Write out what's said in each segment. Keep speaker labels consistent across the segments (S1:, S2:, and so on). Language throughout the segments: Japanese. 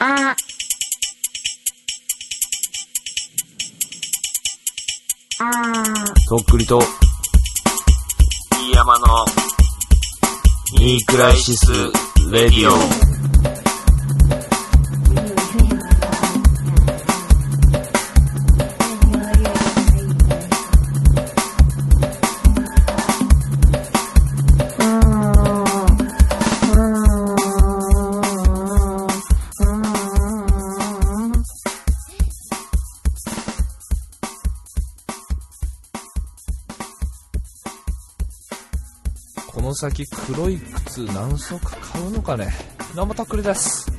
S1: あー。あー。
S2: とっくりと、
S3: 飯山の
S2: ニークライシス・レディオ。この先黒い靴何足買うのかねどうもとっくりです。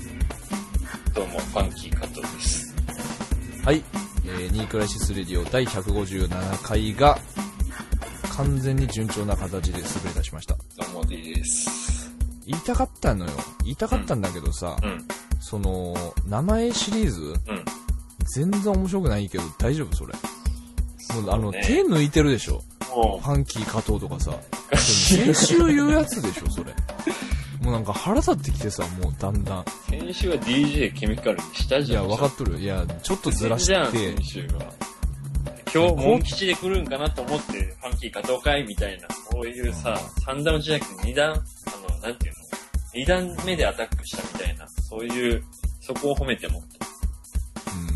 S3: どうも、ファンキー加藤です。
S2: はい、えー、ニークライシス・レディオ第157回が、完全に順調な形で滑り出しました。
S3: どうも、D です。
S2: 言いたかったのよ。言いたかったんだけどさ、
S3: うん、
S2: その、名前シリーズ、
S3: うん。
S2: 全然面白くないけど大丈夫それ。もうあの、
S3: ね
S2: 手抜いてるでしょ。
S3: も
S2: ファンキー加藤とかさ。先週言うやつでしょ、それ。もうなんか腹立ってきてさ、もうだんだん。
S3: う、先週は DJ ケミカルにした
S2: い
S3: じゃ
S2: や、
S3: ん。
S2: 分かっとる。いや、ちょっとずらし
S3: じゃん、
S2: て
S3: 先、週は。今日、モン吉で来るんかなと思って、ファンキー加藤かいみたいな、こういうさ、三段落ちじゃなくて二段、あの、なんていうの二段目でアタックしたみたいな、そういう、そこを褒めて
S2: う
S3: も。
S2: ん。っ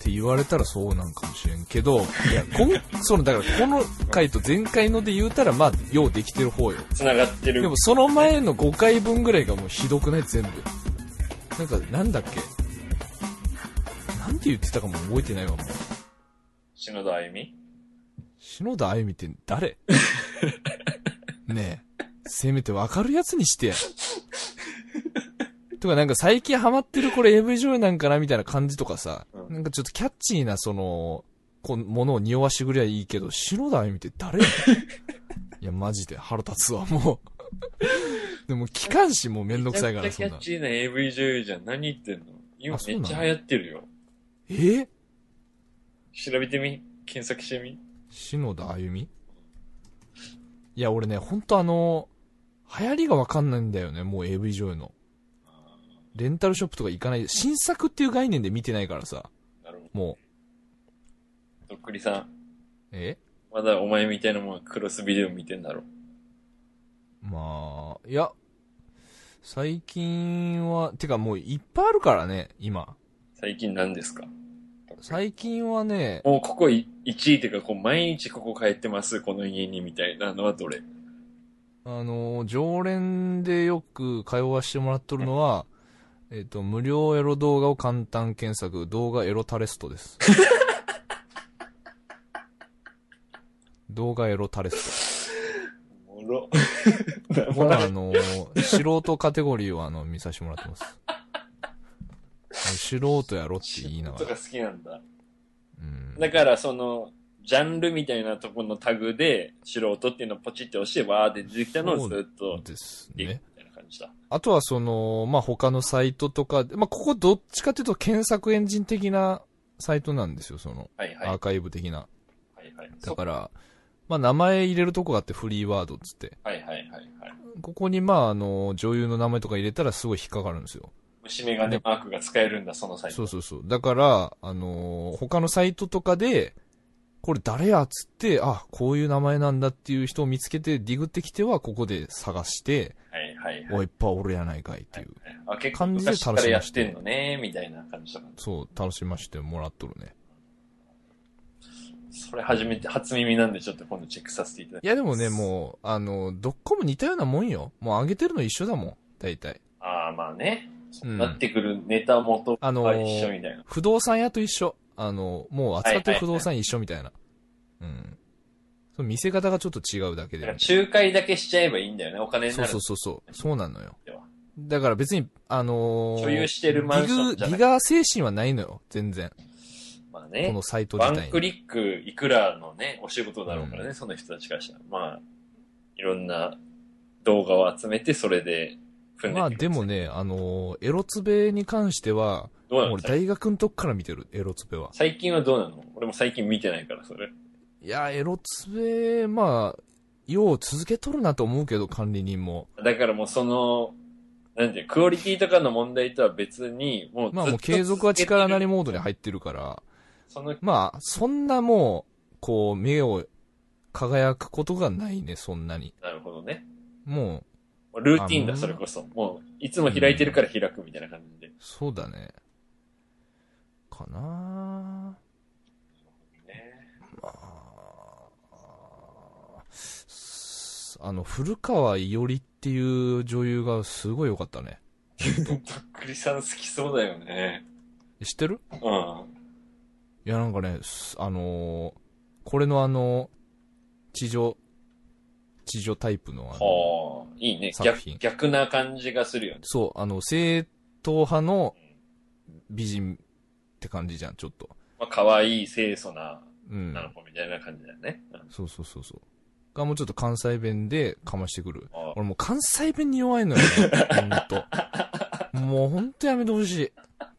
S2: て言われたらそうなんかもしれんけど、いや、今、 その、だからこの回と前回ので言うたら、まあ、ようできてる方よ。
S3: 繋がってる。
S2: でもその前の5回分ぐらいがもうひどくない全部。なんか、なんだっけ。なんて言ってたかも覚えてないわ、もう。
S3: 篠田あゆみ
S2: 篠田あゆみって誰 ねえ、せめてわかるやつにしてや。とかなんか最近ハマってるこれ AV 女優なんかなみたいな感じとかさ、
S3: うん
S2: なんかちょっとキャッチーなその、こう、ものを匂わしてくりゃいいけど、篠田あゆみって 誰いや、マジで腹立つわ、もう。でも、機関士もめんどくさいか
S3: め
S2: ら、
S3: ち
S2: そ
S3: ゃ
S2: ん
S3: くちゃキャ
S2: な
S3: ッ。チーな AV 女優じゃん。何言ってんの今
S2: あそう
S3: め
S2: な
S3: っ
S2: の
S3: ちゃ流行ってるよ。
S2: えー
S3: 調べてみ検索してみ
S2: 篠田あゆみいや、俺ね、ほんとあの、流行りがわかんないんだよね、もう AV 上優の。レンタルショップとか行かない。新作っていう概念で見てないからさ、
S3: なるほど。
S2: も
S3: とっくりさん。
S2: う。え
S3: まだお前みたいなもんはクロスビデオ見てんだろ。
S2: まあ、いや、最近は、てかもういっぱいあるからね、今。
S3: 最近何ですか
S2: 最近はね、
S3: もうここ1位っていうか、こう毎日ここ帰ってます、この家にみたいなのはどれ
S2: あの、常連でよく通わしてもらっとるのは、えっ、と、無料エロ動画を簡単検索、動画エロタレストです。動画エロタレス
S3: おもろ。
S2: ト。これはあの、素人カテゴリーをあの、見させてもらってます。素人やろって言いなが。
S3: とから好きなんだ。
S2: うん。
S3: だからその、ジャンルみたいなとこのタグで、素人っていうのをポチって押して、わーって出てきたのをずっと、
S2: です
S3: で、み
S2: ね。
S3: たいな感じだ。
S2: あとはその、まあ、他のサイトとかで、まあ、ここどっちかというと検索エンジン的なサイトなんですよ、その、
S3: はいはい。
S2: アー
S3: は
S2: カイブ的な。
S3: いはい。
S2: だから、まあ、名前入れるとこがあってフリーワードっつって。
S3: はいはいはいはい。
S2: ここに、まあ、あの、女優の名前とか入れたらすごい引っかかるんですよ。
S3: 虫眼鏡マークが使えるんだ、その際。
S2: そうそうそう。だから、あのー他のサイトとかで、これ誰やっつって、あ、こういう名前なんだっていう人を見つけて、ディグってきては、ここで探して、
S3: はいはいはい。
S2: おい、いっぱいおるやないかいっていう。
S3: あ、結構
S2: 感じで
S3: 昔から
S2: 楽し
S3: や
S2: ま
S3: っ
S2: せ
S3: て
S2: て
S3: んのね、みたいな感じだから。
S2: そう、楽しませてもらっとるね。
S3: それ初めて、初耳なんでちょっと今度チェックさせていただき
S2: いや、でもね、もう、あの、どっこも似たようなもんよ。もう上げてるの一緒だもん。大体。
S3: ああ、まあね。そう
S2: うん
S3: なってくるネタ元
S2: あの
S3: が
S2: ー
S3: 一緒みたいな。
S2: 不動産屋と一緒。あの、もう扱ってる不動産一緒みたいな。うん。その見せ方がちょっと違うだけ
S3: だ
S2: で
S3: から。仲介だけしちゃえばいいんだよね、お金に
S2: そ
S3: な
S2: う
S3: る。
S2: そうそうそう。そうなのよ
S3: では。
S2: だから別に、あのー、
S3: 所有してるマンションじ
S2: デ
S3: ゃ
S2: ィグ、デ
S3: ない
S2: ィガー精神はないのよ。全然。
S3: まあ
S2: こ
S3: ね
S2: の。サイト
S3: ワ
S2: 自体
S3: ン
S2: に。
S3: クリックいくらのね、お仕事だろうからね、
S2: う
S3: その人たちからしたら。まあ、いろんな動画を集めて、それで、組んで
S2: まあ
S3: いく
S2: でもね、あのー、エロツベに関しては、
S3: どうな
S2: もう俺
S3: の
S2: 大学のとこから見てる、エロツベは。
S3: 最近はどうなの俺も最近見てないから、それ。
S2: いや、エロツベ、まあ、よう続けとるなと思うけど、管理人も。
S3: だからもうその、なんていう、クオリティとかの問題とは別に、もうずっと
S2: まあもう継続は力なりモードに入ってるから、
S3: その、
S2: まあ、そんなもう、こう、目を輝くことがないね、そんなに。
S3: なるほどね。
S2: も
S3: もうルーティン
S2: あ
S3: だ、
S2: のー
S3: それこそ。もう、いつも開いてるから開くみたいな感じで
S2: う。、そうだね。かな
S3: ね。
S2: あの、古川いおりっていう女優がすごい良かったね。
S3: とっくりさん好きそうだよね。
S2: 知ってる
S3: うん。
S2: いや、なんかね、すあのーこれのあの、地上、地上タイプのあの、
S3: はあ、いいね。
S2: 作
S3: 逆
S2: 品、
S3: 逆な感じがするよね。
S2: そう、あの、正統派の美人って感じじゃん、ちょっと。
S3: まあ、可愛い清楚な
S2: うん
S3: 女。の子みたいな感じだよね。うん
S2: そうそうそうそう。がもうちょっと関西弁でかましてくる。
S3: あ
S2: 俺もう関西弁に弱いのよね。ほんと。もうほんとやめてほしい。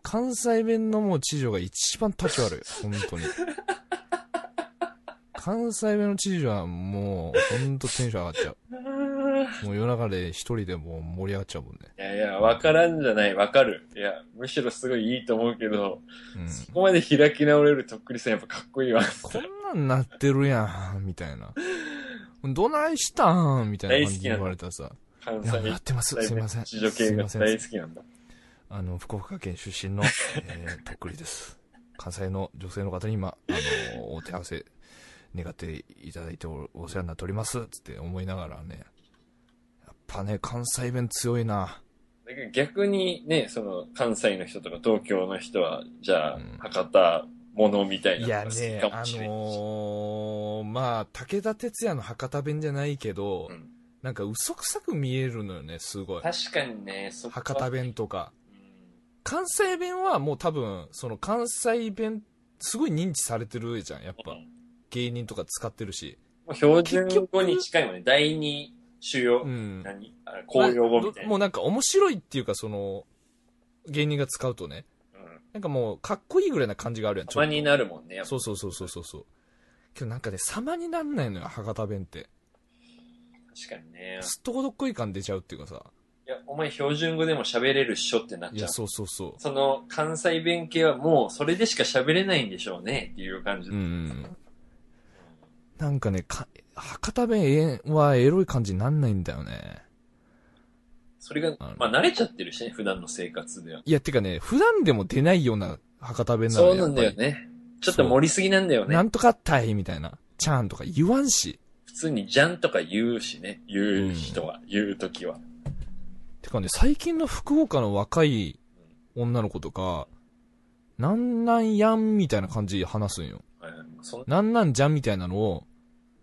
S2: 関西弁のもう知女が一番立ち悪い。ほんとに。関西弁の知女はもうほんとテンション上がっちゃう。もう夜中で一人でもう盛り上がっちゃうもんね。
S3: いやいや、わからんじゃない、わかる。いや、むしろすごいいいと思うけど、
S2: うん。
S3: そこまで開き直れるとっくりさんやっぱかっこいいわ。
S2: こんなんなってるやん、みたいな。どないしたんみたいな感じで言われたらさ。
S3: 関
S2: いや、
S3: 西
S2: やってます。すいません。
S3: 地上系が
S2: すいません
S3: 大好きなんだ。
S2: あの、福岡県出身の、えー、とっくりです。関西の女性の方に今、あの、お手合わせ願っていただいておお世話になっております、つって思いながらね。やっぱね、関西弁強いな。
S3: だけど逆にね、その関西の人とか東京の人は、じゃあ、
S2: うん
S3: 博多ものみたい
S2: い
S3: なの
S2: や
S3: が好き
S2: ね、
S3: か
S2: あ
S3: もしれない。
S2: のー、まあ、武田鉄矢の博多弁じゃないけど、
S3: うん
S2: なんか嘘くさく見えるのよね、すごい。
S3: 確かにね、そこは
S2: 博多弁とか。
S3: うん
S2: 関西弁はもう多分、その関西弁、すごい認知されてるじゃん、やっぱ。芸人とか使ってるし。
S3: もう標準語に近いもんね。第二主要、
S2: うん。
S3: 何あれ公用語みたい
S2: も
S3: な。
S2: うなんか面白いっていうか、その、芸人が使うとね、
S3: うん
S2: なんかもう、かっこいいぐらいな感じがあるやん、
S3: たまになるもんね、
S2: ちょ
S3: や
S2: っ
S3: っ
S2: と。そうそうそうそうそう。けどなんかね、様になんないのよ、博多弁って。
S3: ぱ確かにね。
S2: すっとこどっこい感出ちゃうっていうかさ。
S3: いや、お前標準語でも喋れるっしょってなっ
S2: い
S3: ちゃ
S2: や、
S3: う。
S2: そうそうそ
S3: その関西弁系はもうそれでしか喋れないんでしょうねっていう感じ
S2: う。う。ん。なんかね、か博多弁はエロい感じになんないんだよね。
S3: それが
S2: あの、
S3: まあ慣れちゃってるしね、普段の生活では。
S2: いや、てかね、普段でも出ないような博多弁なの
S3: そうなんだよ
S2: やっ
S3: ね。ちょっと盛りすぎなんだよ
S2: ぱりな
S3: ね。
S2: んとかったいみたいな。ちゃんとか言わんし。
S3: 普通にじゃんとか言うしね、言う人は、言うときは。
S2: てかね、最近の福岡の若い女の子とか、なんなんやんみたいな感じで話すんよ。
S3: うんそん
S2: なんなんじゃんみたいなのを、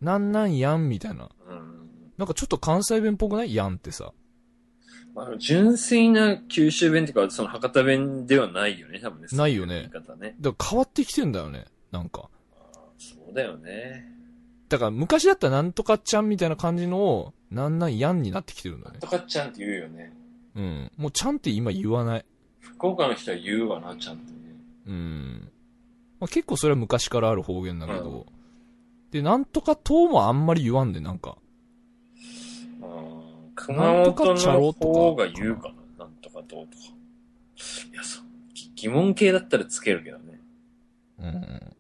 S2: なんなんやんみたいな。
S3: うん。
S2: なんかちょっと関西弁っぽくないやんってさ。
S3: まあ、純粋な九州弁っていうか、その博多弁ではないよね、多分ね。
S2: ないよね
S3: そうう言い方ね。
S2: だから変わってきてんだよね。なんか。
S3: そうだよね。
S2: だから昔だったらなんとかちゃんみたいな感じのを、なんなんやんになってきてるんだね
S3: と。かちゃんって言うよね。
S2: うん。もうちゃんって今言わない。
S3: 福岡の人は言うわな、ちゃんとね。
S2: うん。まあ、結構それは昔からある方言だけど。
S3: う
S2: で、なんとかともあんまり言わんで、なんか。
S3: うん熊本の方が言うかな。なんとかどうとか。いや、そう。ぎ疑問形だったらつけるけどね。
S2: うん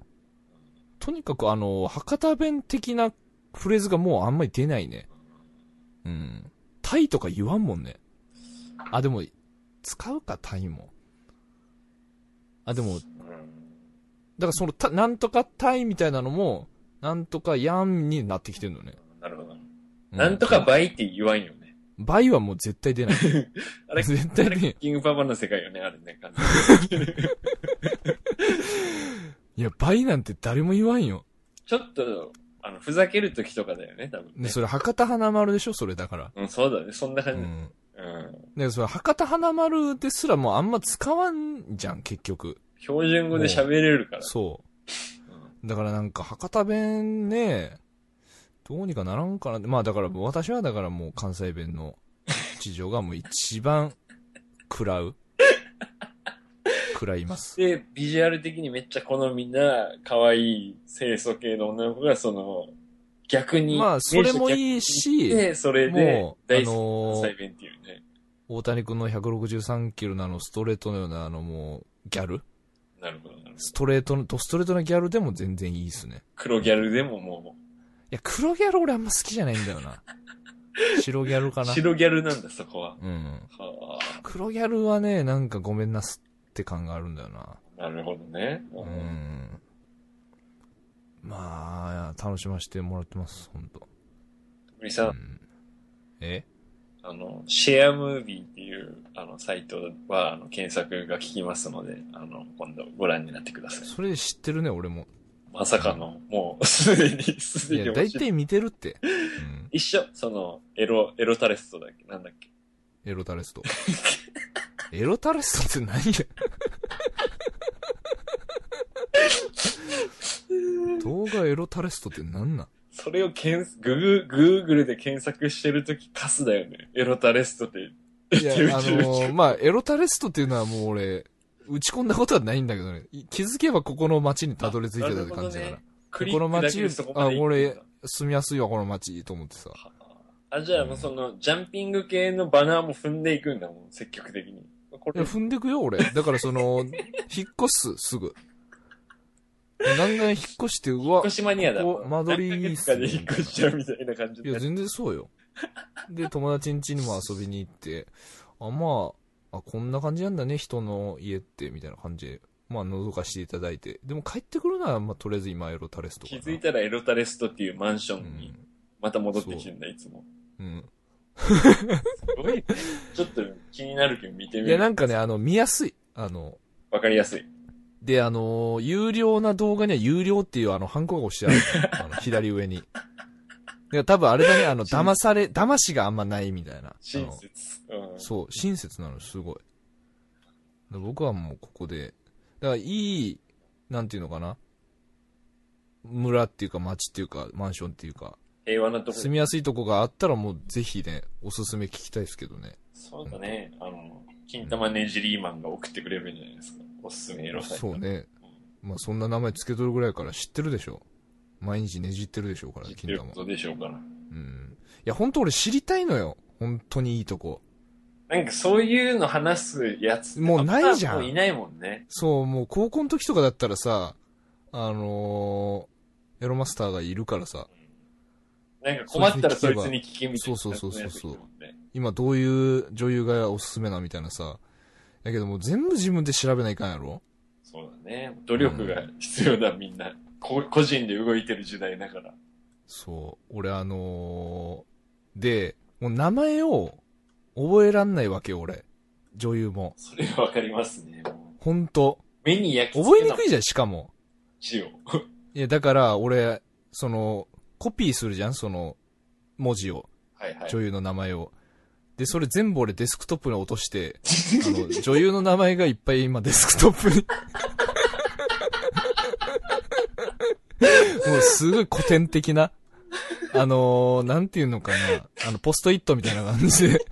S2: とにかくあの、博多弁的なフレーズがもうあんまり出ないね。うん。タイとか言わんもんね。あ、でも、使うか、タイも。あ、でも、だ
S3: うん。
S2: からその、たなんとかタイみたいなのも、なんとかやんになってきてるのね。
S3: なるほど。
S2: う
S3: なんとか。倍って言わんよね。
S2: 倍はもう絶対出ない。
S3: あれ、
S2: 絶対出ない。
S3: キングパパの世界よね、あれね。完全に
S2: いや、倍なんて誰も言わんよ。
S3: ちょっと、あの、ふざけるときとかだよね、多分ね
S2: ね、それ博多華丸でしょそれだから。
S3: うん、そうだね。そんな
S2: う
S3: 感じ。
S2: ん。
S3: うん。
S2: で、それ博多華丸ですらもうあんま使わんじゃん、結局。
S3: 標準語で喋れるから。
S2: そ
S3: うん
S2: う。だからなんか博多弁ね、どうにかならんかなって。まあだから私はだからもう関西弁の事情がもう一番食らう。食らい ます。
S3: で、ビジュアル的にめっちゃ好みな、可愛い清楚系の女の子が、その、逆に。
S2: まあそれも
S3: い
S2: いいし、
S3: で、それで
S2: も、う、あ
S3: 大好きな
S2: の
S3: 関西
S2: ー
S3: 弁っていうね。
S2: 大谷君の163キロのあのストレートのようなあのもうギャル
S3: なるほど、なるほど。
S2: ストレートの、ドストレートなギャルでも全然いいっすね。
S3: 黒ギャルでもも
S2: いや、黒ギャル俺あんま好きじゃないんだよ な。白ギャルか
S3: う、
S2: な。
S3: 白ギャルなんだ、そこは。
S2: うん。
S3: は
S2: 黒ギャルはね、なんかごめんなすって感があるんだよな。
S3: あ、なるほどね。う
S2: うんん。まあ、楽しませてもらってます、ほんと。
S3: 森さ、
S2: うんん、え
S3: あの、シェアムービーっていう、あの、サイトは、あの、検索が効きますので、あの、今度ご覧になってください。
S2: それ知ってるね、俺も。
S3: まさかの、もう、 すでに、す
S2: い
S3: でに
S2: や、
S3: 教え
S2: 大
S3: て、
S2: 体見てるって。うん。
S3: 一緒、その、エロ、エロタレストだっけなんだっけ
S2: エロタレスト。 エロタレストって何や動画エロタレストって何なん
S3: それを検索、グーグーグルで検索してるときカスだよね。エロタレストって。
S2: いや、あの
S3: ー、
S2: ーまあ、エロタレストっていうのはもう俺、打ち込んだことはないんだけどね。い気づけばここの街にたどり着いてたって感じだ
S3: な
S2: から
S3: るほどね。クリ
S2: この
S3: ックだ
S2: 街
S3: けでそこまで行くん
S2: あ
S3: だ
S2: 住みやすいわ、この街、と思ってさ。
S3: あ、じゃあもうその、ジャンピング系のバナーも踏んでいくんだもん、積極的に。こ
S2: い
S3: れ
S2: や、、踏んでくよ、俺。だからその、引っ越す、すぐ。だんだん引っ越して、うわ
S3: 引っ、越しマニアだ。
S2: ここ間取りいいっ
S3: 何ヶ月
S2: す
S3: か
S2: ね
S3: で引っ越しちゃうみたいな感じ
S2: い
S3: で。
S2: や、全然そうよ。で、友達ん家にも遊びに行って、あ、まあ、あ、こんな感じなんだね、人の家って、みたいな感じで、まあ、覗かしていただいて。でも帰ってくるのは、まあ、とりあえず今、エロタレスとか
S3: 気
S2: な。
S3: づいたらエロタレストっていうマンショ
S2: う
S3: ンに
S2: ん。
S3: また戻ってきてんだ、いつも。
S2: うん。
S3: すごいね。ちょっと気になるけど見てみ
S2: いや、
S3: る。
S2: なんかね、あの、見やすい。あの、
S3: わかりやすい。
S2: で、あのー有料な動画には有料っていうあの、ハンコが押して ある。あの、左上に。で多分あれだね、あの、騙され、騙しがあんまないみたいな。あ
S3: 親
S2: の
S3: 切。うん。
S2: そう、親切なの、すごい。で僕はもうここで、だからいい、なんていうのかな。村っていうか町っていうかマンションっていうか、
S3: 平和なとこ
S2: 住みやすいとこがあったらもうぜひね、おすすめ聞きたいですけどね。
S3: そうだね。あの、金玉ねじりーマンが送ってくれるんじゃないですか。おすすめエロサイト。
S2: そう。ね。まあそんな名前つけとるぐらいから知ってるでしょ。毎日ねじってるでしょうから、
S3: 知って
S2: 金
S3: る
S2: 玉
S3: こ。とでしょうから。
S2: うん。いや、本当俺知りたいのよ。本当にいいとこ。
S3: なんかそういうの話すやつって
S2: もうないじゃん
S3: あまもういないもんね。
S2: そう、もう高校の時とかだったらさ、あのー、エロマスターがいるからさ、
S3: なんか困ったらそいつに聞けみたいな。
S2: そうそうそうそう
S3: やつだもんね
S2: 今どういう女優がおすすめなみたいなさ、だけどもう全部自分で調べないかんやろ
S3: そうだね。努力が必要だ、みんな。こ個人で動いてる時代だから。
S2: そう、俺あのー、で、もう名前を覚えらんないわけよ、俺。女優も。
S3: それがわかりますね。もう
S2: ほんと。
S3: 目に焼き
S2: 覚えにく
S3: い
S2: いじゃん、しかも。
S3: 字を。
S2: いや、だから俺、その、コピーするじゃん、その、文字を。
S3: はいはい。
S2: 女優の名前を。で、それ全部俺デスクトップに落として、あの、 女優の名前がいっぱい今デスクトップに。 もうすごい古典的な、あのー、なんていうのかな、あの、ポストイットみたいな感じで、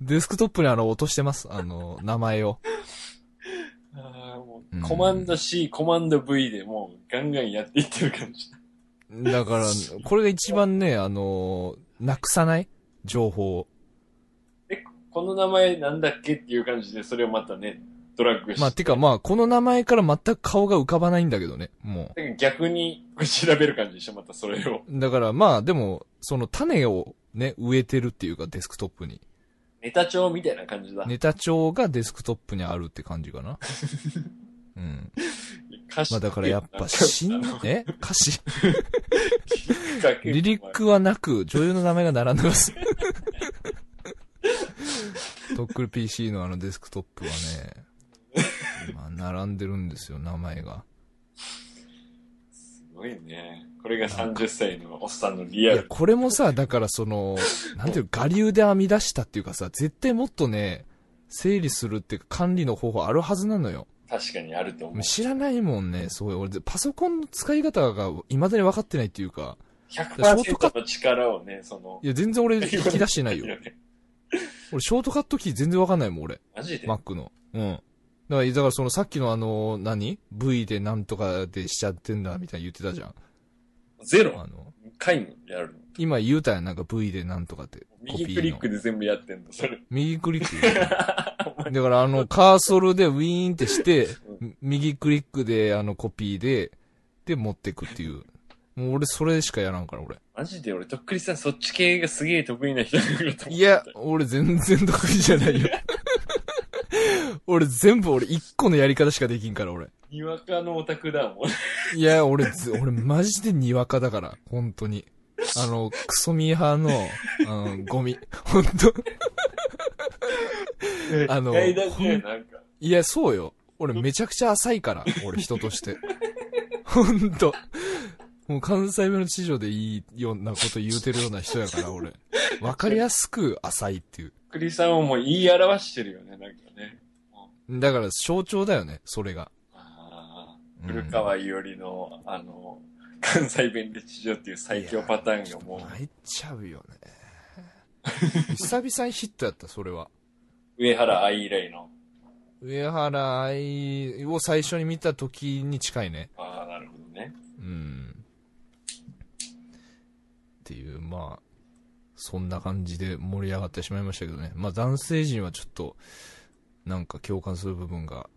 S2: デスクトップにあの、落としてます、あの、名前を。
S3: あーも
S2: うん
S3: うコマンド C、コマンド V でもうガンガンやっていってる感じ。
S2: だから、これが一番ね、あのー、なくさない情報を。
S3: え、この名前なんだっけっていう感じで、それをまたね、ドラッグして。
S2: まあ、てかまあ、この名前から全く顔が浮かばないんだけどね、もう。
S3: なんか逆にこう調べる感じでしょ、またそれを。
S2: だからまあでも、その種をね、植えてるっていうかデスクトップに。
S3: ネタ帳みたいな感じだ。
S2: ネタ帳がデスクトップにあるって感じかな。うん。
S3: 歌詞
S2: まあだからやっぱ、しん、え歌詞リリッ。クはなく、女優の名前が並んでます。とっくる PC のあのデスクトップはね、まあ並んでるんですよ、名前が。
S3: すごいね。これが30歳のおっさんのリ
S2: い
S3: ア
S2: や、
S3: ル。
S2: これもさ、だからそ の、なんていうか、我流で編み出したっていうかさ、絶対もっとね、整理するっていうか管理の方法あるはずなのよ。
S3: 確かにあると思う。
S2: 知らないもんね、そういう。俺、パソコンの使い方が未だに分かってないっていうか、ショートカッ
S3: 100%の力をね、その
S2: い、や、全然俺、引き出してない
S3: いい
S2: よ
S3: よ。ね
S2: 俺、ショートカットキー全然分かんないもん、俺。
S3: マジで
S2: Mac の。うん。だから、だからその、さっきのあの、何 ?V でなんとかでしちゃってんだ、みたいに言ってたじゃん。
S3: ゼロ
S2: あの、
S3: 回もやるの。
S2: 今言うたやん、なんか V でなんとかって。コピーの
S3: 右クリックで全部やってんの、それ。
S2: 右クリック。だからあの、カーソルでウィーンってして、右クリックであのコピーで、で持ってくっていう。もう俺それしかやらんから、俺。
S3: マジで俺、とっくりさん、そっち系がすげえ得意な人だと思った
S2: いや、俺全然得意じゃないよ。俺全部俺一個のやり方しかできんから、俺。
S3: にわかのオタクだもん。
S2: いや、俺ず、俺マジでにわかだから、本当に。あの、クソミーハーの、うん、ゴミ。本当あ の
S3: 外だね、なんか。
S2: いや、そうよ。俺めちゃくちゃ浅い から、俺人として。ほんと。もう関西弁の地上でいいようなこと言うてるような人やから、俺。わかりやすく浅いっていう。
S3: とっくりさんをもう言い表してるよね、なんかね。
S2: だから象徴だよね、それが。
S3: あー
S2: うん
S3: 古川伊織の、あの、関西弁で地上っていう最強パターンがも
S2: 泣いちゃうよね。久々にヒットやった、それは。
S3: う、上原愛以来の。
S2: 上原愛を最初に見た時に近いね。
S3: ああ、なるほどね。
S2: うん。っていう、まあ、そんな感じで盛り上がってしまいましたけどね。まあ男性陣はちょっと、なんか共感する部分が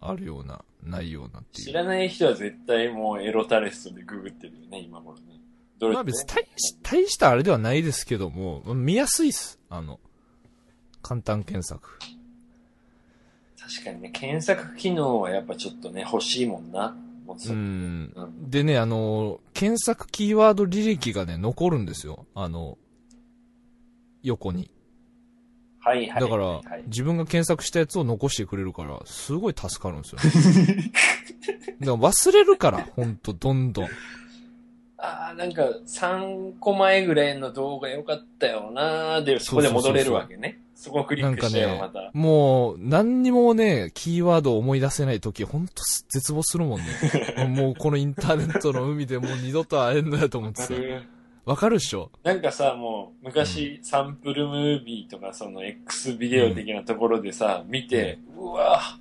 S2: あるような、ないようなってい
S3: 知
S2: う。
S3: らない人は絶対もうエロタレストでググってるよね、今頃ね。どれ
S2: まあ別に大し大したあれではないですけども、見やすいっす。あの、簡単検索。
S3: 確かにね、検索機能はやっぱちょっとね、欲しいもんな。もう
S2: う
S3: そ
S2: ん。
S3: うん
S2: でね、あの、検索キーワード履歴がね、残るんですよ。あの、横に。
S3: はいはい。
S2: だから、
S3: はいはい
S2: 自分が検索したやつを残してくれるから、すごい助かるんですよ、 ね。だから忘れるから、ほんと、どんどん。
S3: ああ、なんか、3個前ぐらいの動画良かったよなーで、そこで戻れるわけね。そこをクリ
S2: な
S3: ッ
S2: ん
S3: ク
S2: か
S3: してよ、
S2: ね
S3: また。、
S2: もう、何にもね、キーワードを思い出せないとき、ほんとす絶望するもんね。 もう、このインターネットの海でもう二度と会えんのやと思って
S3: わ
S2: さ
S3: か。る
S2: わかるっしょ
S3: なんかさ、もう、昔、サンプルムービーとか、その X ビデオ的なところでさ、見て、うわぁ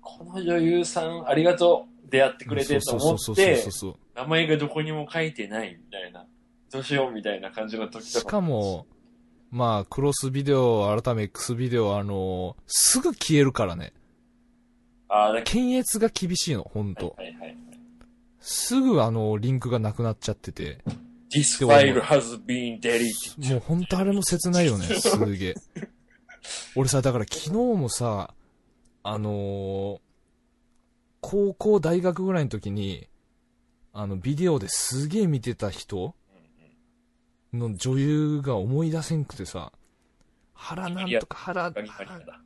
S3: この女優さん、ありがとう、出会ってくれてと
S2: そう
S3: 思
S2: そうそ
S3: っ
S2: う
S3: て
S2: そう、そう。
S3: 名前がどこにも書いてないみたいな。どうしようみたいな感じの時とか。
S2: しか、も、まあ、クロスビデオ、改め X ビデオ、あのすぐ消えるからね。
S3: ああ、だけ
S2: 検閲が厳しいの、ほんと。
S3: はいはいはい。
S2: すぐあの、リンクがなくなっちゃってて。
S3: This file has been deleted.
S2: もうほんとあれも切ないよね、すげえ。俺さ、だから昨日もさ、あのー高校、大学ぐらいの時に、あの、ビデオですげえ見てた人の女優が思い出せんくてさ、原なんとか原、
S3: ガニガニ
S2: 原い
S3: だ。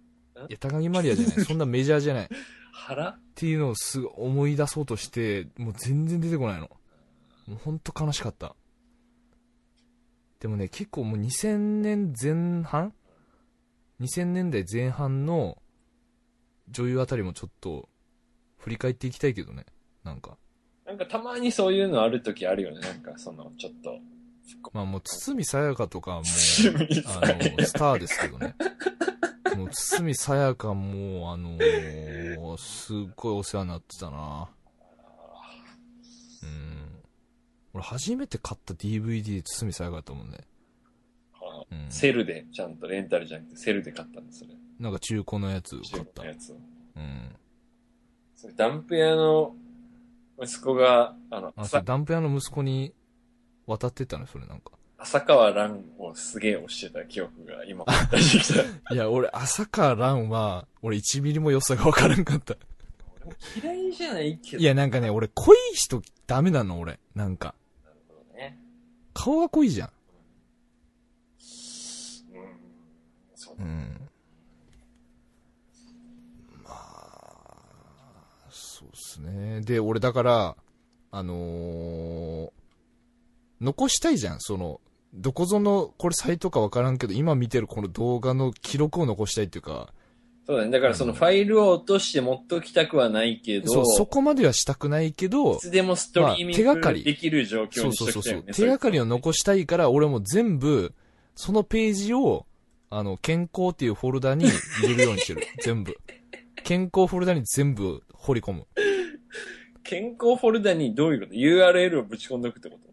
S2: や、高木マリアじゃない、そんなメジャーじゃない。
S3: 腹
S2: っていうのをすぐ思い出そうとして、もう全然出てこないの。もうほんと悲しかった。でもね、結構もう2000年前半 ?2000 年代前半の女優あたりもちょっと振り返っていきたいけどね。なんか。
S3: なんかたまにそういうのある時あるよね。なんかその、ちょっと。
S2: まあもう、堤さやかとかも、
S3: 趣味
S2: あ
S3: さ
S2: の、スターですけどね。もう、堤さやかも、あのーすっごいお世話になってたなうん。俺、初めて買った DVD、堤さやかだったもんね。うん。
S3: セルで、ちゃんとレンタルじゃなくてセルで買ったんです、それ。
S2: なんか中古のやつ買
S3: 中
S2: っ
S3: 古
S2: た
S3: の。やつを。
S2: うん。
S3: それダンプ屋の息子が、あの、
S2: あ、そう、
S3: 浅
S2: ダンプ屋の息子に渡ってったね、それなんか。
S3: 浅川蘭をすげえ押してた記憶が今、出してき た。
S2: いや、俺、朝川蘭は、俺1ミリも良さがわからんかった。
S3: 俺も 嫌いじゃないけど。
S2: いや、なんかね、俺、濃い人ダメなの、俺。なんか。
S3: なるほどね。
S2: 顔が濃いじゃん。
S3: うん。そう
S2: う
S3: だ。
S2: んまあ、そうっすね。で、俺だから、あのー残したいじゃん、その、どこぞの、これサイトかわからんけど、今見てるこの動画の記録を残したいっていうか、
S3: そうだね。だからそのファイルを落として持っときたくはないけど、
S2: そう、そこまではしたくないけ
S3: い
S2: ど、
S3: つでもストリーミ
S2: まあ手
S3: ン
S2: がかり
S3: グできる状況
S2: そう
S3: にし
S2: そう
S3: と
S2: そう
S3: き
S2: そ
S3: たいよ
S2: う
S3: ね。。
S2: 手がかりを残したいから、俺も全部、そのページを、あの、健康っていうフォルダに入れるようにしてる。全部。健康フォルダに全部掘り込む。
S3: 健康フォルダにどういうこと ?URL をぶち込んどくってこと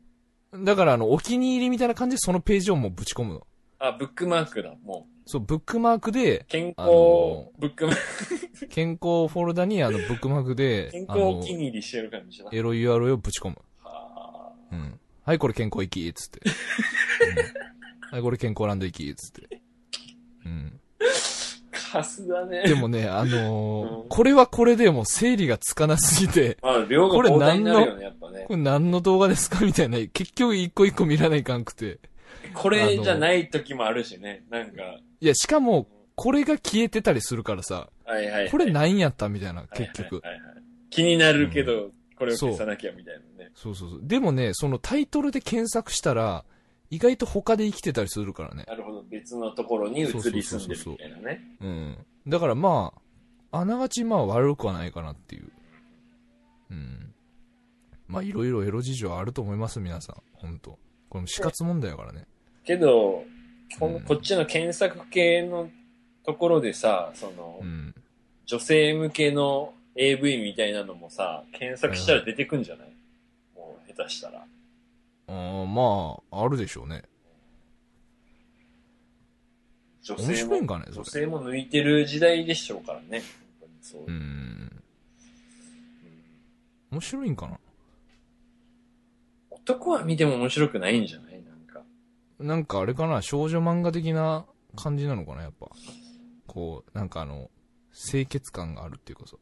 S2: だから、あの、お気に入りみたいな感じでそのページをもうぶち込むの。
S3: あ、ブックマークだ、もう。
S2: そう、ブックマークで、
S3: 健
S2: あ
S3: 康
S2: の、
S3: ブックマーク、
S2: 健康フォルダにあの、ブックマークで、
S3: 健
S2: あ
S3: 康をお
S2: の
S3: 気、に入りしてる感じだ。
S2: エロ URL をぶち込む。
S3: は
S2: うん。はい、これ健康行き、つって。うんはい、これ健康ランド行き、つって。うん。
S3: ーカスだね。
S2: でもね、あのー
S3: うん
S2: これはこれでもう整理がつかなすぎて、
S3: まあ、量が膨大になるよね、やっぱね
S2: こ。れ何の動画ですかみたいな、結局一個一個見らないかんくて。
S3: これじゃない時もあるしね。なんか、
S2: いや、しかも、これが消えてたりするからさ、
S3: はいはい、はい。
S2: これ何やったみたいな、結局。
S3: はいはいはいはい。気になるけど、これを消さなきゃみたいなね。
S2: そうそうそう。でもね、そのタイトルで検索したら、意外と他で生きてたりするからね。
S3: なるほど、別のところに移り住んでるみたいなね。
S2: うん。だからまあ、あながちまあ悪くはないかなっていう。うん。まあいろいろエロ事情あると思います、皆さん。本当これも死活問題やからね。
S3: けど、こ
S2: うん
S3: こっちの検索系のところでさ、その、
S2: うん。
S3: 女性向けの AV みたいなのもさ、検索したら出てくんじゃない、もう下手したら。
S2: あーまあ、あるでしょうね。
S3: 女
S2: 面
S3: 性
S2: 白いん
S3: も、
S2: かね、そ
S3: 女
S2: れ。
S3: 性も抜いてる時代でしょうからね。本当にそう
S2: う
S3: うん
S2: ん。面白いんかな。
S3: 男は見ても面白くないんじゃないなんか。
S2: なんかあれかな、少女漫画的な感じなのかな、やっぱ。こう、なんかあの、清潔感があるっていうかさ。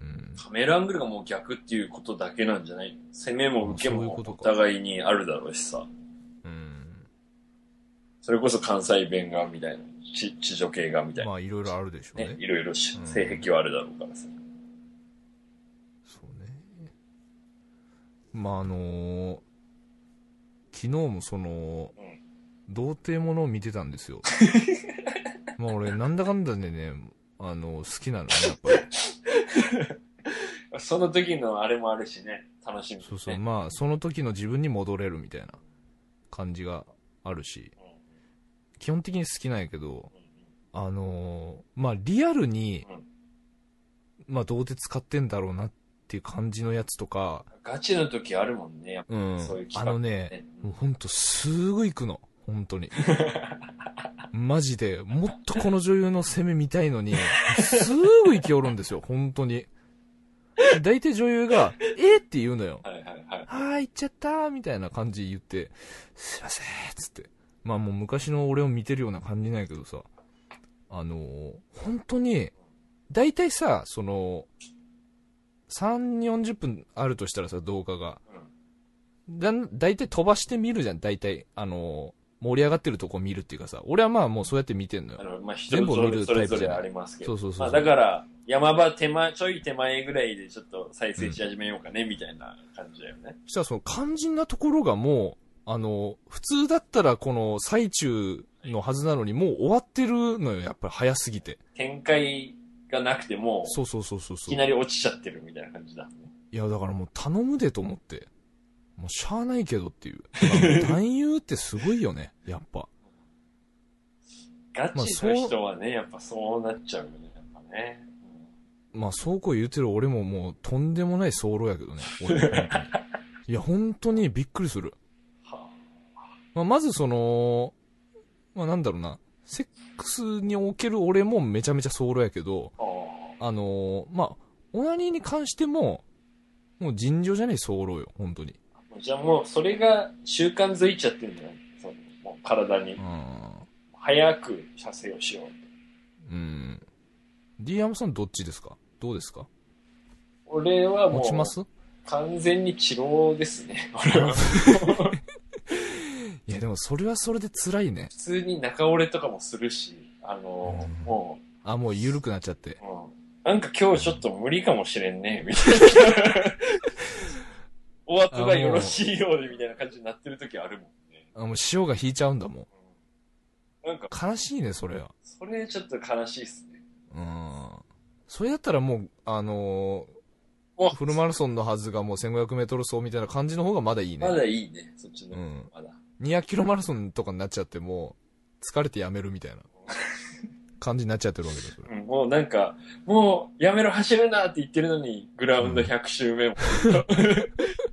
S2: うん。
S3: カメラアングルがもう逆っていうことだけなんじゃない攻めも受け
S2: そういう
S3: も
S2: こと
S3: お
S2: か
S3: 互いにあるだろうしさ。
S2: うん。
S3: それこそ関西弁がみたいな、ち地上系がみたいな
S2: ま。あ、いろいろあるでしょう
S3: ね
S2: ね。、
S3: いろいろし
S2: うん
S3: 性癖はあるだろうからさ。
S2: そうね。まあ、あのー昨日もその
S3: うん、
S2: 童貞ものを見てたんですよ。まあ、俺、なんだかんだでね、あの好きなのね、やっぱり。
S3: その時のあれもあるしね、楽しみ、ね。
S2: そうそう、まあ、その時の自分に戻れるみたいな感じがあるし、基本的に好きなんやけど、あのーまあ、リアルに
S3: うん、
S2: まあ、童貞使ってんだろうなっていう感じのやつとか、
S3: ガチの時あるもんね、やっぱ
S2: うん
S3: そういう企画
S2: あの
S3: ね
S2: ね、もうほんと、すぐ行くの。本当に。マジで、もっとこの女優の攻め見たいのに、すぐ行きおるんですよ、本当に。大体女優が、えーって言うのよ。
S3: はいはいはい。
S2: あー、行っちゃったー、みたいな感じで言って、すいません、つって。まあもう昔の俺を見てるような感じなんやけどさ、あのー本当に、大体さ、その、3、40分あるとしたらさ、動画が。だん、大体飛ばして見るじゃん、大体。あのー盛り上がってるとこ見るっていうかさ、俺はまあもうそうやって見てんの
S3: あ
S2: よ。
S3: の、まあ、人
S2: 全部
S3: そ
S2: 見る
S3: れそれ
S2: タイ
S3: ぞ
S2: プじ
S3: れ
S2: ゃない
S3: ありますけ
S2: そ
S3: ど。
S2: うそうそう。
S3: まあだから、山場手前、ちょい手前ぐらいでちょっと再生し始めようかね、みたいな感じだよね。
S2: そしたらその肝心なところがもう、あの、普通だったらこの最中のはずなのにもう終わってるのよ、やっぱり早すぎて。
S3: 展開がなくても、
S2: そうそうそうそう
S3: い
S2: そう。
S3: きなり落ちちゃってるみたいな感じだね。
S2: いや、だからもう頼むでと思って。もうしゃあないけどって いう。だから男優ってすごいよね、やっぱ。
S3: ガ
S2: まあ
S3: チ
S2: そう
S3: の人はね、やっぱそうなっちゃうよね、やっぱね。うん
S2: まあ、そうこう言うてる俺ももうとんでもない早漏やけど ね。俺本当にいや、本当にびっくりする。
S3: は
S2: まあ、まずその、まあ、なんだろうな。セックスにおける俺もめちゃめちゃ早漏やけど、
S3: あ、あ
S2: あのーまあ、オナニーに関しても、もう尋常じゃない早漏よ、本当に。
S3: あじゃあもう、それが習慣づいちゃってるんじゃないそのもう体に
S2: う。ん。
S3: 早く射精をしようって。
S2: うん。D アムさんどっちですかどうですか
S3: 俺はも
S2: 持ちま
S3: う、
S2: す
S3: 完全に治療ですね。俺 は。
S2: いや、でもそれはそれで辛いね
S3: 普。通に中折れとかもするし、あの、
S2: うん
S3: も
S2: あ、もう緩くなっちゃって
S3: う、。うん、なんか今日ちょっと無理かもしれんね、み たいな。お後がよろしいようで、みたいな感じになってる時あるもんね。
S2: あ、もう潮が引いちゃうんだもん。
S3: うんなんか、
S2: 悲しいね、それは。
S3: それちょっと悲しいっすね。
S2: うん。それだったらもう、あの
S3: お
S2: ー、フルマラソンのはずがもう1500メートル走みたいな感じの方がまだいいね。
S3: まだいいね、そっちの。
S2: うん
S3: まだ。
S2: 200キロマラソンとかになっちゃってもう、疲れてやめるみたいな感じになっちゃってるわけだ、それ。
S3: うんもうなんか、もうやめろ走るなって言ってるのに、グラウンド100周目も、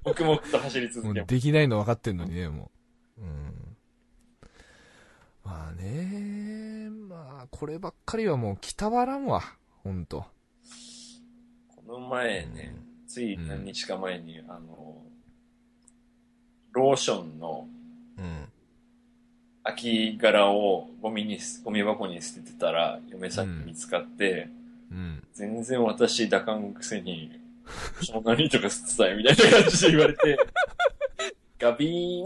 S3: 黙々と走り続
S2: も
S3: け
S2: う
S3: ます。
S2: できないの分かってんのにね、もう。うん。まあね、まあ、こればっかりはもう、北わらんわ。ほんと。
S3: この前ね、つい何日か前に、あの、ローションの
S2: うん。
S3: 空き殻をゴミにす、ゴミ箱に捨ててたら、嫁さんに見つかって、
S2: うん。
S3: 全然私打感くせに、そんなにとか捨てたいみたいな感じで言われて、ガビーン。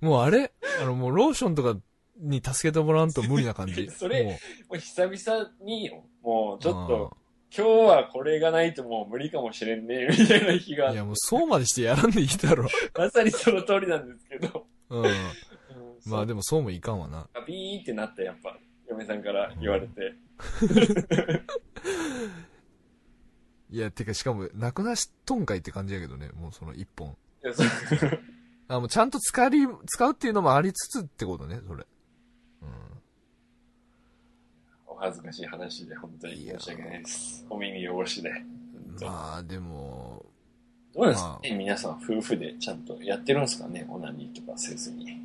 S2: もうあれあの、もうローションとかに助けてもらわんと無理な感じ。
S3: それ
S2: もう
S3: もう久々に、もうちょっ
S2: うん
S3: と、今日はこれがないともう無理かもしれんね、みたいな日が
S2: い、や、もうそうまでしてやらんでいいだろ。
S3: まさにその通りなんですけど。
S2: うん。
S3: うん
S2: まあでもそうもいかんわな。
S3: ガビーンってなって、やっぱ、嫁さんから言われて。
S2: いや、てかしかも、なくなしとんかいって感じやけどね、もうその一本。
S3: いやそう
S2: あ、もうちゃんと使り、使うっていうのもありつつってことね、それ。うん。
S3: お恥ずかしい話で、本当に申し訳ないです。お耳汚しで。
S2: まあでも、
S3: どうなんです
S2: ま
S3: か
S2: あ
S3: ね、皆さん夫婦でちゃんとやってるんですかねオナニーとかせずに。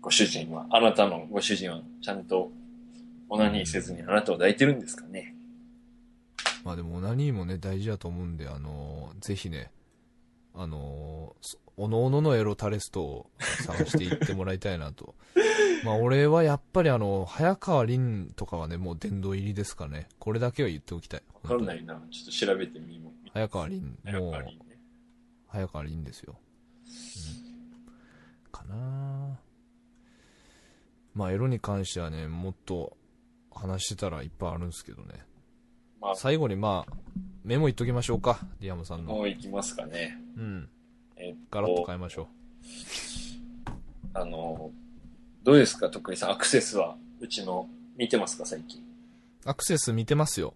S3: ご主人は、あなたのご主人はちゃんとオナニーせずにあなたを抱いてるんですかね
S2: まあでもオナニーもね、大事だと思うんで、あのーぜひね、あのーそおのおののエロタレストを探していってもらいたいな と。まあ俺はやっぱりあの、早川凛とかはね、もう殿堂入りですかね。これだけは言っておきたい。
S3: わかんないな。ちょっと調べてみも。
S2: 早川凛、
S3: やっ
S2: も
S3: ぱ
S2: う、
S3: りね。
S2: 早川凛ですよ。うん、かなあまあエロに関してはね、もっと話してたらいっぱいあるんですけどね。
S3: まあ、
S2: 最後にまあ、メモ言っときましょうか、ディアムさんの。
S3: もう行きますかね。
S2: うん。
S3: えっ
S2: ガラッと
S3: と、
S2: 変えましょう。
S3: あの、どうですか徳井さん、アクセスは、うちの、見てますか最近。
S2: アクセス見てますよ。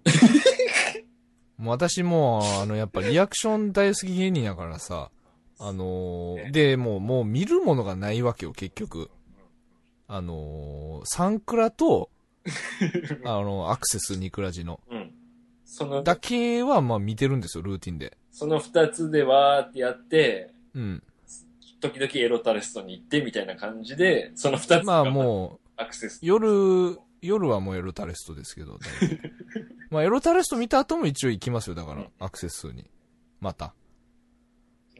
S2: もう私もう、あの、やっぱリアクション大好き芸人やからさ、あのーで、もう、もう見るものがないわけよ、結局。あのーサンクラと、あの、アクセスニクラジの。
S3: うん。その、
S2: だけは、まあ見てるんですよ、ルーティンで。
S3: その二つでわーってやって、
S2: うん。
S3: 時々エロタレストに行ってみたいな感じで、その二つ
S2: まあ
S3: が
S2: もう、
S3: アクセス。
S2: 夜、夜はもうエロタレストですけど、大体まあエロタレスト見た後も一応行きますよ、だか
S3: う
S2: ら
S3: ん、
S2: アクセスに。また。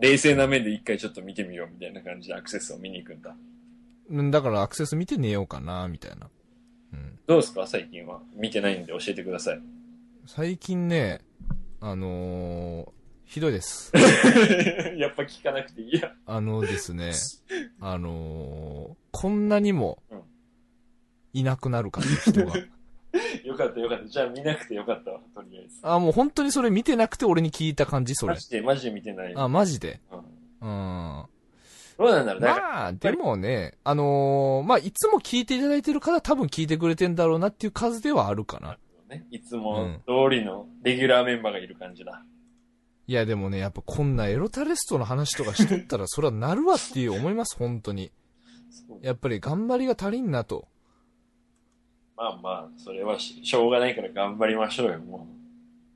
S3: 冷静な目で一回ちょっと見てみようみたいな感じでアクセスを見に行くんだ。
S2: うんだからアクセス見て寝ようかな、みたいな。うん。
S3: どうですか最近は。見てないんで教えてください。
S2: 最近ね、あのーひどい です。
S3: やっぱ聞かなくていいや。
S2: あのですね、あのーこんなにも
S3: うん、
S2: いなくなるか、人 が。
S3: よかったよかった。じゃあ見なくてよかったわ、とりあえず。
S2: あ、もう本当にそれ見てなくて俺に聞いた感じ、そ
S3: マ
S2: れ。
S3: ジで、マジで見てない。
S2: あ、マジで。
S3: うん
S2: うん。ま
S3: どうなんだろうだから、
S2: あ、でもね、あのーまあ、いつも聞いていただいてる方多分聞いてくれてんだろうなっていう数ではあるかな。
S3: ね、いつも通りのレギュラーメンバーがいる感じだ。
S2: いや、でもね、やっぱこんなエロタレストの話とかしとった ら、それはなるわっていう思います、本当に。
S3: そう
S2: やっぱり頑張りが足りんなと。
S3: まあまあ、それはししょうがないから頑張りましょうよ、も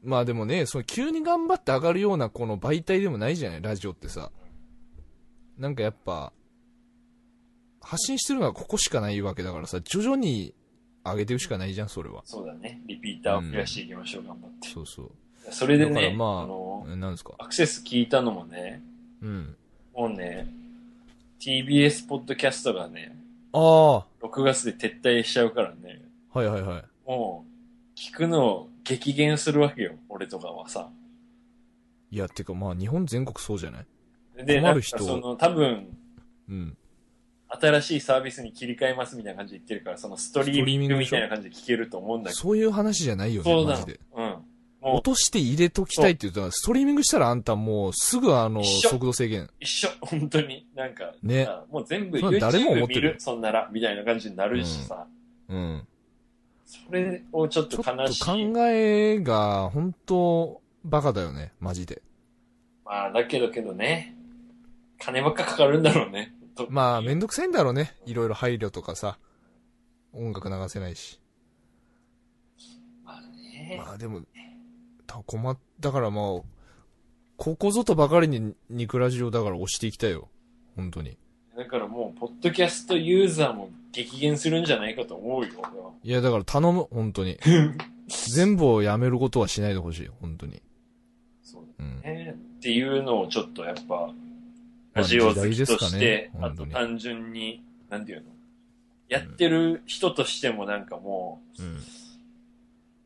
S2: まあでもね、その急に頑張って上がるようなこの媒体でもないじゃない、ラジオってさ。なんかやっぱ、発信してるのはここしかないわけだからさ、徐々に上げていくしかないじゃん、それは
S3: う。。そうだね。リピーターを増やしていきましょう、頑張って。
S2: そうそう。
S3: それで
S2: だから
S3: ね、
S2: ま
S3: あの
S2: あ、えなんですか。
S3: アクセス聞いたのもね、
S2: うん。
S3: もうね、TBS ポッドキャストがね、
S2: ああ、は
S3: 6月で撤退しちゃうからね、
S2: いはいはい。
S3: もう、聞くのを激減するわけよ、俺とかはさ。
S2: いや、てかまあ日本全国そうじゃない
S3: で、
S2: 困
S3: なん
S2: る
S3: か
S2: 人
S3: その、多分、
S2: うん。
S3: 新しいサービスに切り替えますみたいな感じで言ってるから、そのストリーミングみ
S2: ストリーミングでしょ
S3: たいな感じで聞けると思うんだけど。
S2: そういう話じゃないよね、マ
S3: な
S2: ジ
S3: の
S2: で。。
S3: うん。
S2: 落として入れときたいって言ったら、ストリーミングしたらあんたもうすぐあの、
S3: 一緒
S2: 速度制限。
S3: 一緒、本当に。なんか、
S2: ね
S3: さもう全部
S2: それは誰も思
S3: YouTube
S2: って
S3: 見
S2: る
S3: る、そんなら、みたいな感じになるしさ。
S2: うん。
S3: それをちょっ
S2: ち
S3: と
S2: ょっと
S3: 悲しい。
S2: 考えが、本当バカだよね、マジで。
S3: まあ、だけどけどね、金ばっかかかるんだろうね。と
S2: まあ、めんどくさいんだろうね。いろいろ配慮とかさ。音楽流せないし。
S3: まあね。
S2: まあでも、た困っ、だからまあ、ここぞとばかりに、ニクラジオだから押していきたいよ。本当に。
S3: だからもう、ポッドキャストユーザーも激減するんじゃないかと思うよ、俺は。
S2: いや、だから頼む、本当 に。全部をやめることはしないでほしい、本当に。
S3: そう
S2: うん。
S3: ね。っていうのをちょっとやっぱ、ラジオ好き
S2: 時
S3: と
S2: 代ですか
S3: して
S2: ね、
S3: あ
S2: 本当
S3: と
S2: に
S3: 単純に、なんていうのやってる人としてもなんかもう、
S2: うん。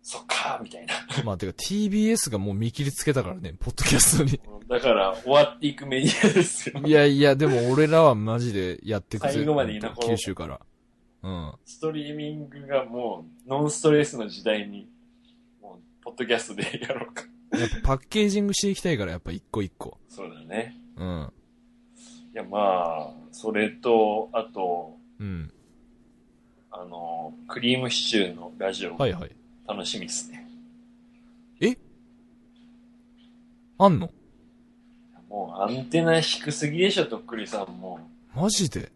S3: そっかーみたいな。
S2: まあ、てか TBS がもう見切りつけたからね、ポッドキャストに。
S3: だから、終わっていくメディアですよ。
S2: いやいや、でも俺らはマジでやってくぜ。
S3: 最後まで居残ろう
S2: 本当九州から。うん。
S3: ストリーミングがもう、ノンストレスの時代に、もう、ポッドキャストでやろうか。
S2: やっぱパッケージングしていきたいから、やっぱ一個一個。
S3: そうだね。
S2: うん。
S3: いや、まあ、それと、あと、
S2: うん。
S3: あの、クリームシチューのラジオ、
S2: はいはい。
S3: 楽しみですね。
S2: あんの
S3: もう、アンテナ低すぎでしょ、とっくりさんも
S2: マジで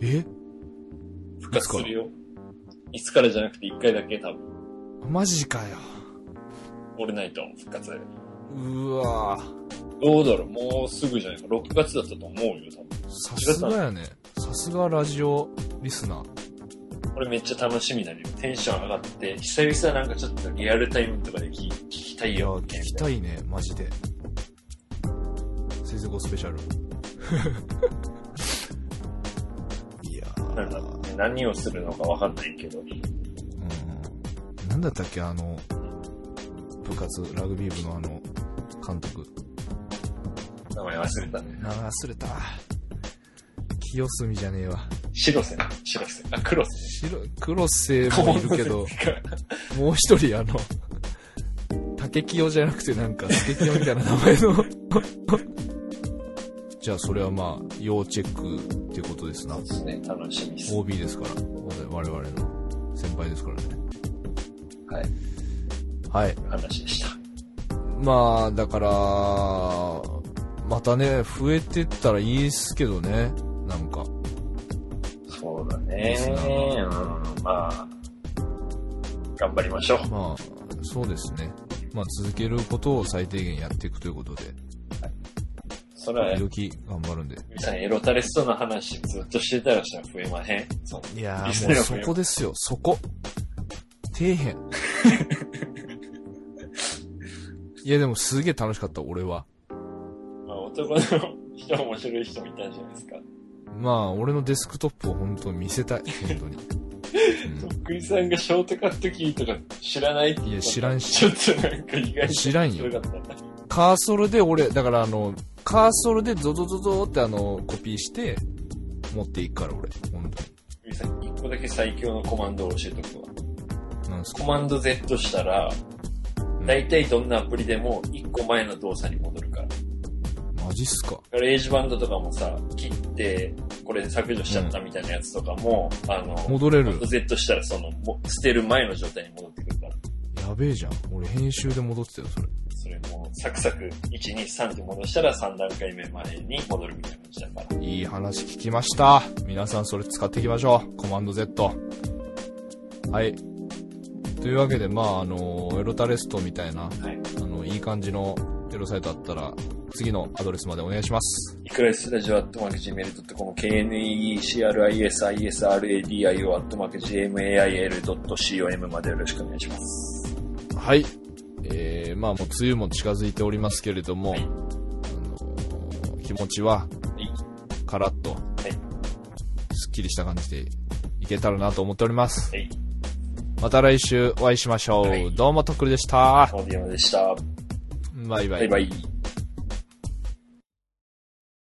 S2: え
S3: う。復活するよ。いつからじゃなくて、一回だけ多分、
S2: マジかよ。
S3: オールナイト復活だよ。
S2: うわぁ。
S3: どうだろう、もうすぐじゃないか。6月だったと思うよ、多分。
S2: さすがやね。さすがラジオリスナー。
S3: これめっちゃ楽しみになるよ。テンション上がって、久々なんかちょっとリアルタイムとかで聞聞きたい
S2: いや、
S3: よ。
S2: 聞きたいね、マジで。せずこスペシャル。 いやー
S3: なんだろうね何をするのかわかんないけど。
S2: うん。なんだったっけ、あの、部活、ラグビー部のあの、監督。
S3: 名前忘れたね。
S2: 名前忘れた。清澄じゃねえわ。
S3: 白瀬ね。白瀬。あ、黒瀬。
S2: 白、黒瀬もいるけ ど、もう一人あの、竹清じゃなくてなんか、竹清みたいな名前の。じゃあ、それはまあ、要チェックってことですな
S3: そう。ですね。楽しみです。
S2: OB ですから。我々の先輩ですからね。
S3: はい。
S2: はい。
S3: 話でした。
S2: まあ、だから、またね、増えてったらいいっすけどね。なんか。
S3: そうだ
S2: で
S3: ね。
S2: す
S3: うん
S2: な、
S3: まあ、頑張りましょう。
S2: まあ、そうですね。まあ、続けることを最低限やっていくということで、
S3: それは、ゆ
S2: 時々頑張るんで。
S3: みさん、エロタレストの話ずっとしてたらしたら増えまへん。そう。
S2: いや
S3: リス
S2: ー、も
S3: ナー
S2: う
S3: が
S2: そこですよ、そこ。底辺。いや、でもすげえ楽しかった、俺は。
S3: まあ、男の人面白い人もいたんじゃないですか。
S2: まあ、俺のデスクトップを本当に見せたい、本当に。
S3: とっくりさんがショートカットキーとか知らないって言ったの
S2: いや知らんし
S3: ちょっとなんか意外に
S2: 知らんよ
S3: 面白かったな
S2: カーソルで俺、だからあの、カーソルでゾゾゾゾってあの、コピーして、持っていくから俺、本
S3: ゆみさん、一個だけ最強のコマンドを教えとくわ。
S2: 当に。なんすか
S3: コマンド Z したら、大体どんなアプリでも一個前の動作に戻るから。
S2: マジっすか
S3: ガレージバンドとかもさ、切って、これ削除しちゃったみたいなやつとかも、あの、
S2: 戻れ
S3: コマ
S2: る
S3: ンド。Z したらその、も捨てる前の状態に戻ってくるから。
S2: やべえじゃん。俺編集で戻ってたよ、それ。
S3: それも、サクサク、1、2、3って戻したら3段階目までに戻るみたいな感じだから。
S2: いい話聞きました。皆さんそれ使っていきましょう。コマンド Z。はい。というわけで、まあ、あの、エロタレストみたいな、
S3: はい。
S2: あの、いい感じのエロサイトあったら、次のアドレスまでお願いします。
S3: いくらスタジオアットマーク Gmail.com、KNECRISISRADIO アットマーク GMAIL.com までよろしくお願いします。
S2: はい。えー、まあ、もう梅雨も近づいておりますけれども、
S3: はい
S2: あの、気持ちは、
S3: い
S2: カラッと、
S3: い
S2: すっきりした感じでいけたらなと思っております。
S3: はい。
S2: また来週お会いしましょう。
S3: はい
S2: どうもとっくりでした。
S3: オーディオでした。
S2: バイバイ。
S3: バイバイ